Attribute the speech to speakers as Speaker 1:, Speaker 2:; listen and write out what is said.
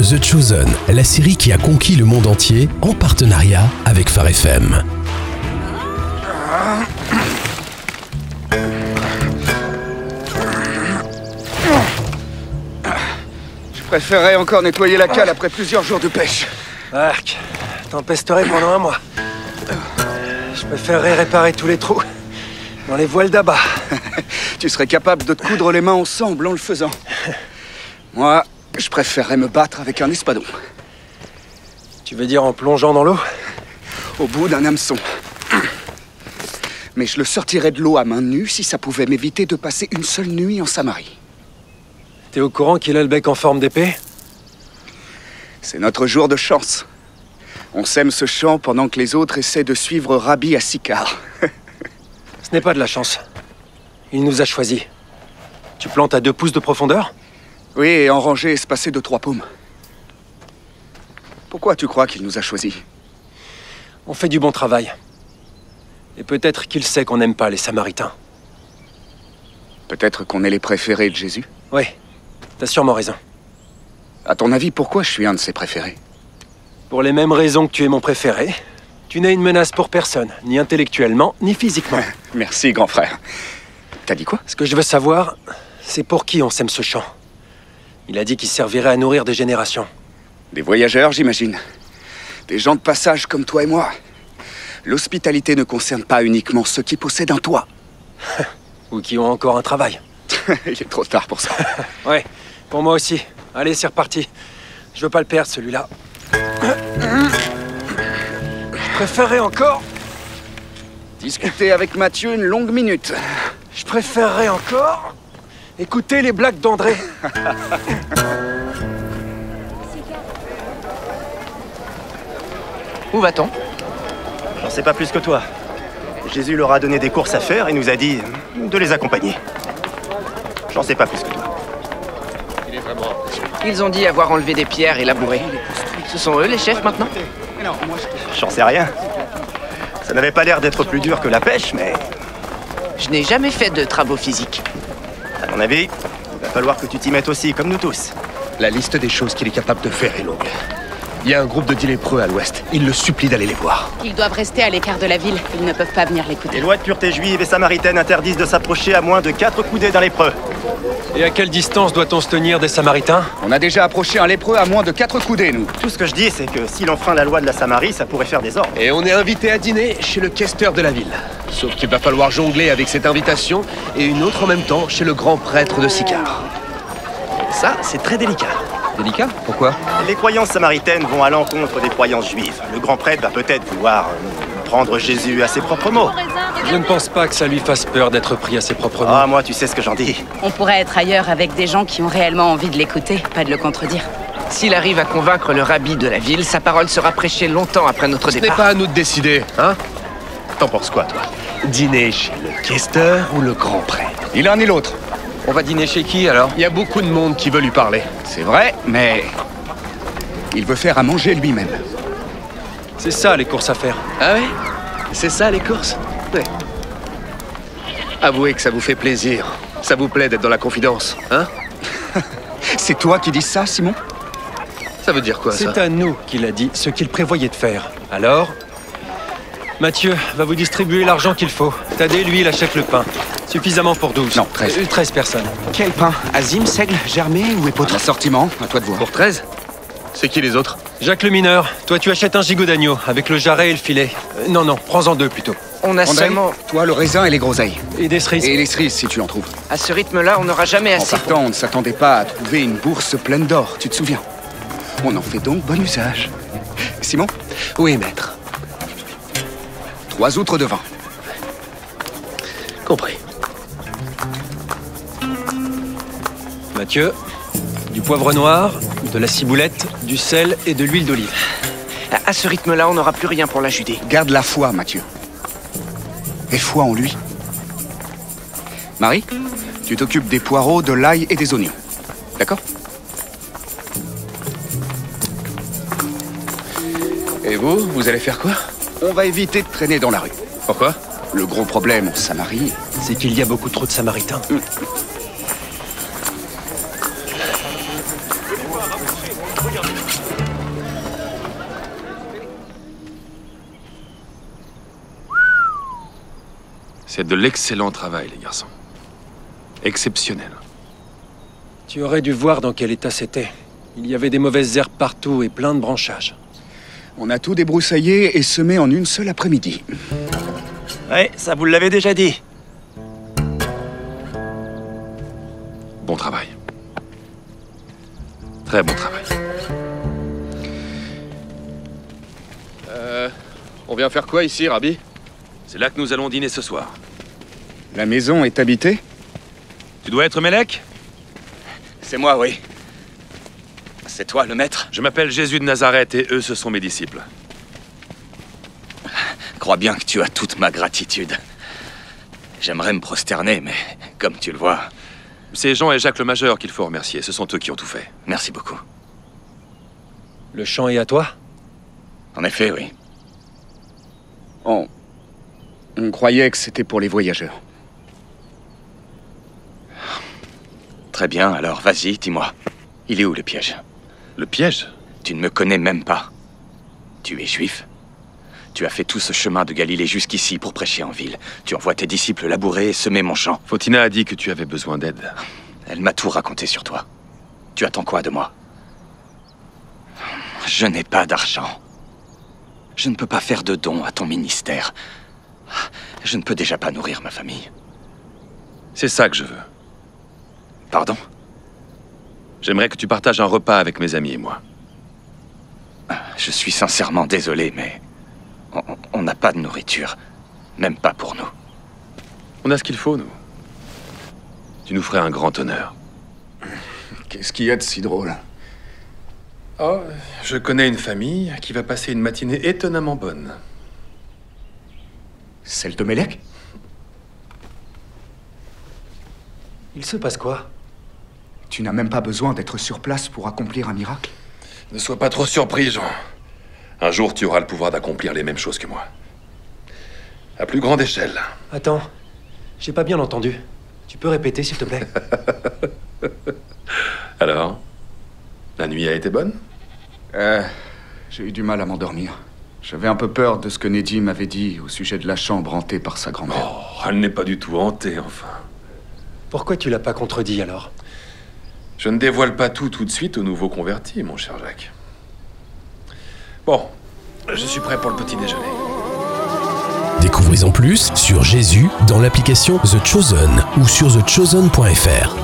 Speaker 1: The Chosen, la série qui a conquis le monde entier en partenariat avec Phare FM.
Speaker 2: Je préférerais encore nettoyer la cale après plusieurs jours de pêche.
Speaker 3: Arc, t'en pesterais pendant un mois. Je préférerais réparer tous les trous dans les voiles d'abat.
Speaker 2: Tu serais capable de te coudre les mains ensemble en le faisant. Moi, je préférerais me battre avec un espadon,
Speaker 3: Tu veux dire en plongeant dans l'eau
Speaker 2: au bout d'un hameçon. Mais je le sortirais de l'eau à main nue si ça pouvait m'éviter de passer une seule nuit en Samarie.
Speaker 3: T'es au courant qu'il a le bec en forme d'épée
Speaker 2: C'est notre jour de chance. On sème ce champ pendant que les autres essaient de suivre Rabbi à Sicard.
Speaker 3: Ce n'est pas de la chance. Il nous a choisis. Tu plantes à deux pouces de profondeur
Speaker 2: Oui, et en rangée espacée de trois paumes. Pourquoi tu crois qu'il nous a choisis
Speaker 3: On fait du bon travail. Et peut-être qu'il sait qu'on n'aime pas les Samaritains.
Speaker 2: Peut-être qu'on est les préférés de Jésus
Speaker 3: Oui, t'as sûrement raison.
Speaker 2: À ton avis, pourquoi je suis un de ses préférés
Speaker 3: Pour les mêmes raisons que tu es mon préféré, tu n'es une menace pour personne, ni intellectuellement, ni physiquement.
Speaker 2: Merci, grand frère. T'as dit quoi
Speaker 3: Ce que je veux savoir, c'est pour qui on sème ce champ. Il a dit qu'il servirait à nourrir des générations.
Speaker 2: Des voyageurs, j'imagine. Des gens de passage comme toi et moi. L'hospitalité ne concerne pas uniquement ceux qui possèdent un toit.
Speaker 3: Ou qui ont encore un travail.
Speaker 2: Il est trop tard pour ça.
Speaker 3: Ouais, pour moi aussi. Allez, c'est reparti. Je veux pas le perdre, celui-là. Je préférerais encore...
Speaker 2: Discuter avec Mathieu une longue minute.
Speaker 3: Je préférerais encore... Écouter les blagues d'André.
Speaker 4: Où va-t-on
Speaker 5: J'en sais pas plus que toi. Jésus leur a donné des courses à faire et nous a dit de les accompagner. J'en sais pas plus que toi.
Speaker 4: Ils ont dit avoir enlevé des pierres et labouré. Ce sont eux les chefs maintenant
Speaker 5: J'en sais rien. Ça n'avait pas l'air d'être plus dur que la pêche, mais
Speaker 4: Je n'ai jamais fait de travaux physiques.
Speaker 5: à mon avis, il va falloir que tu t'y mettes aussi, comme nous tous.
Speaker 6: La liste des choses qu'il est capable de faire est longue. Il y a un groupe de dix lépreux à l'ouest. Il le supplie d'aller les voir.
Speaker 7: Ils doivent rester à l'écart de la ville. Ils ne peuvent pas venir
Speaker 5: Les
Speaker 7: l'écouter.
Speaker 5: lois de pureté juive et samaritaine interdisent de s'approcher à moins de quatre coudées d'un lépreux.
Speaker 3: Et à quelle distance doit-on se tenir des Samaritains
Speaker 2: On a déjà approché un lépreux à moins de quatre coudées, nous.
Speaker 5: Tout ce que je dis, c'est que s'il enfreint la loi de la Samarie, ça pourrait faire des ordres.
Speaker 6: Et on est invité à dîner chez le questeur de la ville. Sauf qu'il va falloir jongler avec cette invitation et une autre en même temps chez le grand prêtre de Sicard. Ça, c'est très délicat. Délicat Pourquoi
Speaker 5: Les croyances samaritaines vont à l'encontre des croyances juives. Le grand prêtre va peut-être vouloir euh, prendre Jésus à ses propres mots.
Speaker 3: Je ne pense pas que ça lui fasse peur d'être pris à ses propres mains.
Speaker 5: Ah, moi, tu sais ce que j'en dis.
Speaker 7: On pourrait être ailleurs avec des gens qui ont réellement envie de l'écouter, pas de le contredire.
Speaker 4: S'il arrive à convaincre le rabbi de la ville, sa parole sera prêchée longtemps après notre
Speaker 6: Ce n'est
Speaker 4: départ.
Speaker 6: pas à nous de décider, hein T'en penses quoi, toi Dîner chez le questeur ou le grand prêtre
Speaker 2: Ni l'un ni l'autre.
Speaker 6: On va dîner chez qui alors Il y a beaucoup de monde qui veut lui parler.
Speaker 2: C'est vrai, mais. Il veut faire à manger lui-même.
Speaker 3: C'est ça les courses à faire.
Speaker 6: Ah ouais C'est ça les courses Ouais. Avouez que ça vous fait plaisir. Ça vous plaît d'être dans la confidence, hein
Speaker 2: C'est toi qui dis ça, Simon
Speaker 6: Ça veut dire quoi ça
Speaker 3: C'est à nous qu'il a dit ce qu'il prévoyait de faire. Alors Mathieu va vous distribuer l'argent qu'il faut. Tadé, lui, il achète le pain. Suffisamment pour 12.
Speaker 2: Non, 13.
Speaker 3: Euh, 13 personnes.
Speaker 2: Quel pain Azim, seigle, germé ou épeautre Assortiment, à toi de voir.
Speaker 6: Pour 13 C'est qui les autres
Speaker 3: Jacques le mineur, toi tu achètes un gigot d'agneau avec le jarret et le filet. Euh, non, non, prends-en deux plutôt.
Speaker 4: On a
Speaker 2: André,
Speaker 4: seulement...
Speaker 2: toi, le raisin et les groseilles.
Speaker 3: Et des cerises.
Speaker 2: Et les cerises, si tu en trouves.
Speaker 4: À ce rythme-là, on n'aura jamais
Speaker 6: Ah,
Speaker 2: En
Speaker 4: assez. pour-
Speaker 2: partant, on ne s'attendait pas à trouver une bourse pleine d'or, tu te souviens On en fait donc bon usage. Simon,
Speaker 6: Oui, maître.
Speaker 2: trois outres de vin.
Speaker 6: Compris.
Speaker 3: Mathieu, du poivre noir, de la ciboulette, du sel et de l'huile d'olive.
Speaker 4: À- À ce rythme-là, on n'aura plus rien pour la Judée.
Speaker 2: Garde la foi, Mathieu. Et foi en lui. Marie, tu t'occupes des poireaux, de l'ail et des oignons. D'accord
Speaker 6: Et vous, vous allez faire quoi
Speaker 2: On va éviter de traîner dans la rue.
Speaker 6: Pourquoi
Speaker 2: Le gros problème en Samarie,
Speaker 3: C'est qu'il y a beaucoup trop de Samaritains.
Speaker 8: C'est de l'excellent travail, les garçons. Exceptionnel.
Speaker 3: Tu aurais dû voir dans quel état c'était. Il y avait des mauvaises herbes partout et plein de branchages.
Speaker 2: On a tout débroussaillé et semé en une seule après-midi.
Speaker 5: Ouais, ça vous l'avez déjà dit.
Speaker 8: Bon travail. Très bon travail.
Speaker 6: On vient faire quoi ici, Rabbi
Speaker 8: C'est là que nous allons dîner ce soir.
Speaker 2: La maison est habitée
Speaker 8: Tu dois être Mélec
Speaker 9: C'est moi, oui. C'est toi, le maître
Speaker 8: Je m'appelle Jésus de Nazareth et eux, ce sont mes disciples.
Speaker 9: Crois bien que tu as toute ma gratitude. J'aimerais me prosterner, mais comme tu le vois,
Speaker 8: C'est Jean et Jacques le Majeur qu'il faut remercier. Ce sont eux qui ont tout fait.
Speaker 9: merci beaucoup.
Speaker 3: Le champ est à toi
Speaker 9: En effet, oui.
Speaker 2: On... On croyait que c'était pour les voyageurs.
Speaker 9: Très bien, alors vas-y, dis-moi. Il est où le piège
Speaker 8: Le piège
Speaker 9: Tu ne me connais même pas. Tu es juif Tu as fait tout ce chemin de Galilée jusqu'ici pour prêcher en ville. Tu envoies tes disciples labourer et semer mon champ.
Speaker 8: Fautina a dit que tu avais besoin d'aide.
Speaker 9: Elle m'a tout raconté sur toi. Tu attends quoi de moi Je n'ai pas d'argent. Je ne peux pas faire de dons à ton ministère. Je ne peux déjà pas nourrir ma famille.
Speaker 8: C'est ça que je veux.
Speaker 9: Pardon
Speaker 8: J'aimerais que tu partages un repas avec mes amis et moi.
Speaker 9: Je suis sincèrement désolé, mais on- on- on n'a pas de nourriture. Même pas pour nous.
Speaker 8: On a ce qu'il faut, nous. Tu nous ferais un grand honneur.
Speaker 2: Qu'est-ce qu'il y a de si drôle
Speaker 8: Oh, je connais une famille qui va passer une matinée étonnamment bonne.
Speaker 2: Celle de Mélec
Speaker 3: Il se passe quoi
Speaker 2: Tu n'as même pas besoin d'être sur place pour accomplir un miracle
Speaker 8: Ne sois pas trop surpris, Jean. Un jour, tu auras le pouvoir d'accomplir les mêmes choses que moi. À plus grande échelle.
Speaker 3: Attends, j'ai pas bien entendu. Tu peux répéter, s'il te plaît
Speaker 8: Alors La nuit a été bonne
Speaker 2: Euh... J'ai eu du mal à m'endormir. J'avais un peu peur de ce que Neddy m'avait dit au sujet de la chambre hantée par sa grand-mère.
Speaker 8: Oh, elle n'est pas du tout hantée, enfin.
Speaker 3: Pourquoi tu l'as pas contredit alors
Speaker 8: Je ne dévoile pas tout tout de suite au nouveau converti, mon cher Jacques. Bon, je suis prêt pour le petit déjeuner.
Speaker 1: Découvrez en plus sur Jésus dans l'application The Chosen ou sur thechosen.fr.